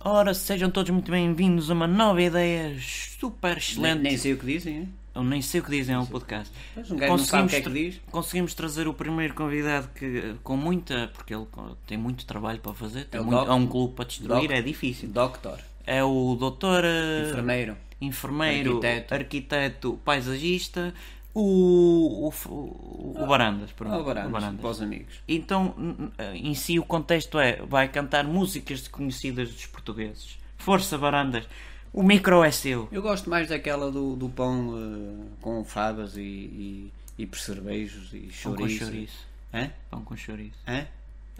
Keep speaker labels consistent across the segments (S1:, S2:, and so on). S1: Ora, sejam todos muito bem-vindos a uma nova ideia super excelente.
S2: Nem, nem sei o que dizem, é?
S1: Eu nem sei o que dizem, é um podcast.
S2: Pois, um gajo não sabe o que é que
S1: tra-
S2: diz.
S1: conseguimos trazer o primeiro convidado que, com muita. porque ele co- tem muito trabalho para fazer, tem
S2: É o
S1: muito-
S2: Doc.
S1: é um clube para destruir,
S2: Doc.
S1: é difícil.
S2: Doctor,
S1: É o doutor. eh,
S2: enfermeiro,
S1: enfermeiro, arquiteto,
S2: Arquiteto.
S1: paisagista, o, o, f- o- o Barandas. pronto,
S2: ou
S1: o
S2: Ah, Barandas,
S1: Barandas.
S2: para os amigos.
S1: Então, n- n- em si, o contexto é: vai cantar músicas conhecidas dos portugueses. Força, Barandas, o micro é seu.
S2: Eu gosto mais daquela do, do pão eh, com favas e, e, e percebejos e
S1: Pão com
S2: chouriço.
S1: chouriço.
S2: Hã?
S1: Pão com chouriço. Eh,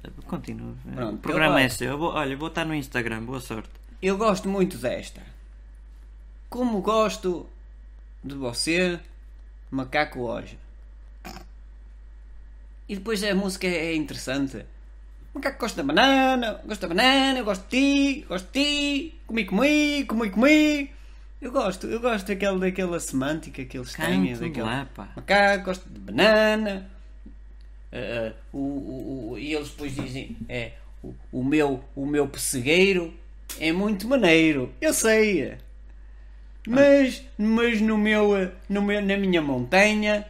S2: Hã?
S1: Continua.
S2: Pronto,
S1: o programa
S2: eu
S1: é
S2: gosto.
S1: seu. Eu vou- olha, vou estar no Instagram. Boa sorte.
S2: Eu gosto muito desta. Como gosto de você, macaco hoje. E depois a música é interessante. O macaco gosta da banana, gosta da banana, eu gosto de ti, gosto de ti, comi, comi, comi, comi. Eu gosto, eu gosto daquela, daquela semântica que eles têm.
S1: Canto
S2: daquela-
S1: lá, pá.
S2: macaco, gosta de banana. Ah, ah, o, o- o- e eles depois dizem: é, o, o meu, o meu pessegueiro é muito maneiro. Eu sei. Mas, mas no meu, ah, no meu, na minha montanha,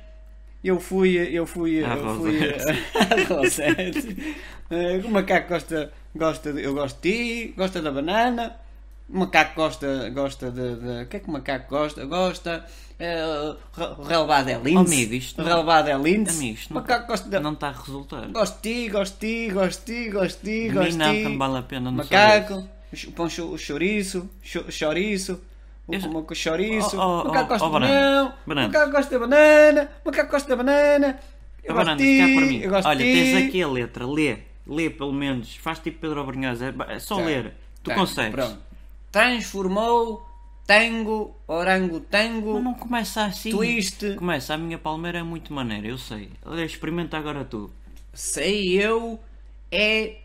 S2: eu fui, eu fui,
S1: À
S2: eu fui
S1: Rosete.
S2: à Rosete. Ah, o macaco gosta, gosta, de- eu gosto de ti, gosta da banana. O macaco gosta, gosta de, de- o que é que o macaco gosta? Gosta, ah, o relevado é lince.
S1: amigo, isto
S2: O
S1: não-
S2: relevado é lince.
S1: Amigo, isto
S2: o
S1: não- tá-
S2: macaco gosta da
S1: Não está a resultar.
S2: Gosto de ti, gosto de ti, gosto de ti, gosto de
S1: A
S2: ti,
S1: mim
S2: gosto de
S1: não,
S2: ti.
S1: não vale a pena, não sou
S2: Macaco, o pão cho- o chouriço, cho- chouriço, o
S1: Eu-
S2: como com chouriço.
S1: Oh, oh,
S2: macaco
S1: oh,
S2: gosta
S1: oh,
S2: de
S1: banana.
S2: não,
S1: Banana.
S2: macaco gosta de banana, macaco gosta de banana. Eu
S1: Agora
S2: gosto
S1: anda,
S2: de ti,
S1: se cá por é mim.
S2: eu gosto
S1: Olha,
S2: de ti.
S1: tens aqui a letra, lê, lê pelo menos, faz tipo Pedro Abrunhosa, é ba- é só
S2: Tá,
S1: ler, tu
S2: tá,
S1: consegues.
S2: pronto. Transformou tango,
S1: Mas
S2: orangotango,
S1: não começa assim.
S2: twist,
S1: Começa, a minha palmeira é muito maneira, eu sei. Olha, experimenta agora tu.
S2: sei eu, é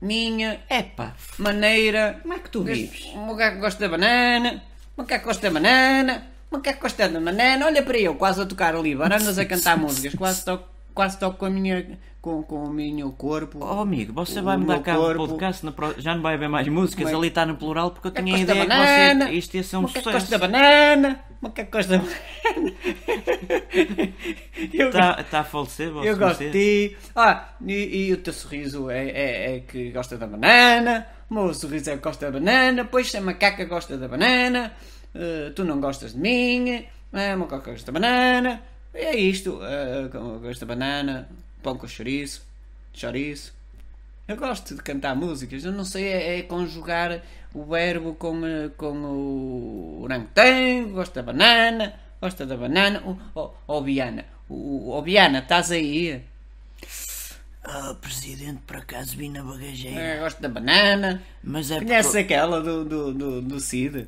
S2: minha
S1: Epá,
S2: maneira.
S1: como é que tu vives?
S2: Um macaco gosta da banana, um macaco gosta da banana, um macaco gosta da banana. Olha para eu, quase a tocar ali, bananas a cantar músicas, quase toco, quase toco com, a minha, com, com o meu corpo.
S1: Oh amigo, você
S2: O
S1: vai mudar
S2: meu
S1: cá o
S2: corpo. é
S1: podcast, na pro- já não vai haver mais músicas,
S2: Mas-
S1: ali está no plural porque eu
S2: Macaco
S1: tinha a
S2: é gosta
S1: ideia
S2: da
S1: que você,
S2: banana,
S1: isto ia ser um
S2: macaco gosta
S1: sucesso.
S2: da banana, macaco gosta da banana. Eu gosto-
S1: Está Tá, a falecer, você?
S2: eu gosto de
S1: você?
S2: ti. Ah, e, e o teu sorriso é, é, é que gosta da banana. O meu sorriso é que gosta da banana. Pois se a macaca gosta da banana, eh, tu não gostas de mim. eh, A macaca gosta da banana. É isto. eh, como eu gosto da banana, pão com chouriço, chouriço. Eu gosto de cantar músicas. Eu não sei é, é conjugar o verbo com, eh, com o orangotango. Gosto da banana. Gosta da banana. Ó oh, Biana. Ó Biana, estás
S1: É.
S2: aí?
S1: Ah, presidente, por acaso vim na bagageira,
S2: Eh, gosto da banana.
S1: mas é porque-
S2: Conhece aquela do, do, do, do Cid?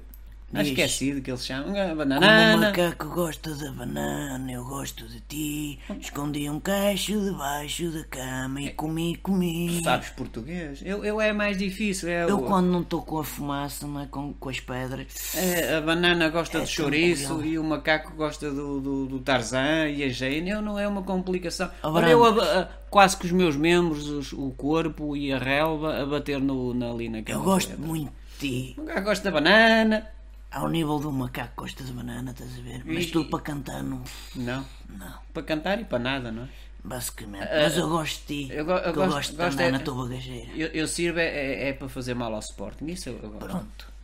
S2: Acho
S1: Diz.
S2: que é Cid que eles chamam. Eh,
S1: Como o
S2: Bananana.
S1: macaco gosta da banana, eu gosto de ti. Escondi um cacho debaixo da cama e comi, comi.
S2: Sabes português? Eu, eu é mais difícil. É
S1: Eu
S2: o-
S1: quando não estou com a fumaça, não é com, com as pedras.
S2: É, A banana gosta de chouriço
S1: tranquilo.
S2: e o macaco gosta do, do, do Tarzan e a Jane. Eu não é uma complicação.
S1: Oh,
S2: Olha, eu a- a- quase que os meus membros, os- o corpo e a relva a bater no, na, ali naquela.
S1: Eu gosto
S2: pedra.
S1: muito de ti.
S2: O macaco gosta da banana.
S1: Ao nível do macaco gosta de banana, estás a ver? Mas
S2: E-
S1: tu para cantar não.
S2: Não.
S1: Não,
S2: Para cantar e para nada, não é?
S1: basicamente. Mas eu gosto de ti.
S2: Ah, eu go- eu
S1: porque
S2: gosto-
S1: gosto de
S2: gosto
S1: andar
S2: é-
S1: na tua bagageira.
S2: Eu, eu sirvo é, é- é para fazer mal ao Sporting. Isso eu, eu gosto.
S1: Pronto.